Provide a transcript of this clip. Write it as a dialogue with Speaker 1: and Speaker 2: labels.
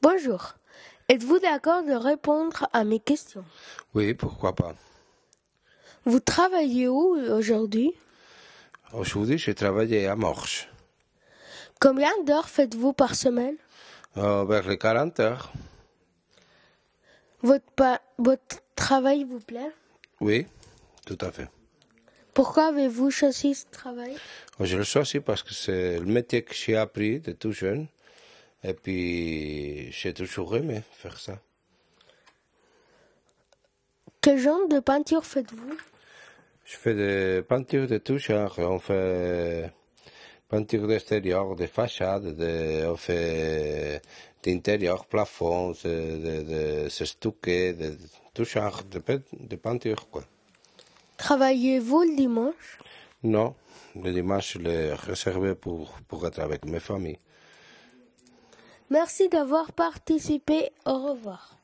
Speaker 1: Bonjour. Êtes-vous d'accord de répondre à mes questions
Speaker 2: Oui, pourquoi pas.
Speaker 1: Vous travaillez où aujourd'hui
Speaker 2: Aujourd'hui, j'ai travaillé à Morges,
Speaker 1: Combien d'heures faites-vous par semaine
Speaker 2: euh, vers les 40 heures.
Speaker 1: votre, pa- votre travail vous plaît
Speaker 2: Oui, tout à fait.
Speaker 1: Pourquoi avez-vous choisi ce travail
Speaker 2: Oh, Je le choisis parce que c'est le métier que j'ai appris de tout jeune. Et puis, j'ai toujours aimé faire ça.
Speaker 1: Quel genre de peinture faites-vous
Speaker 2: Je fais des peintures de tout genre. On fait peinture d'extérieur, des façades, de- on fait d'intérieur, plafond, de, de, de se stuquer, de, tout genre de, pe- de peinture. Quoi.
Speaker 1: Travaillez-vous le dimanche
Speaker 2: Non, le dimanche, je l'ai réservé pour, pour être avec mes familles.
Speaker 1: Merci d'avoir participé. Au revoir.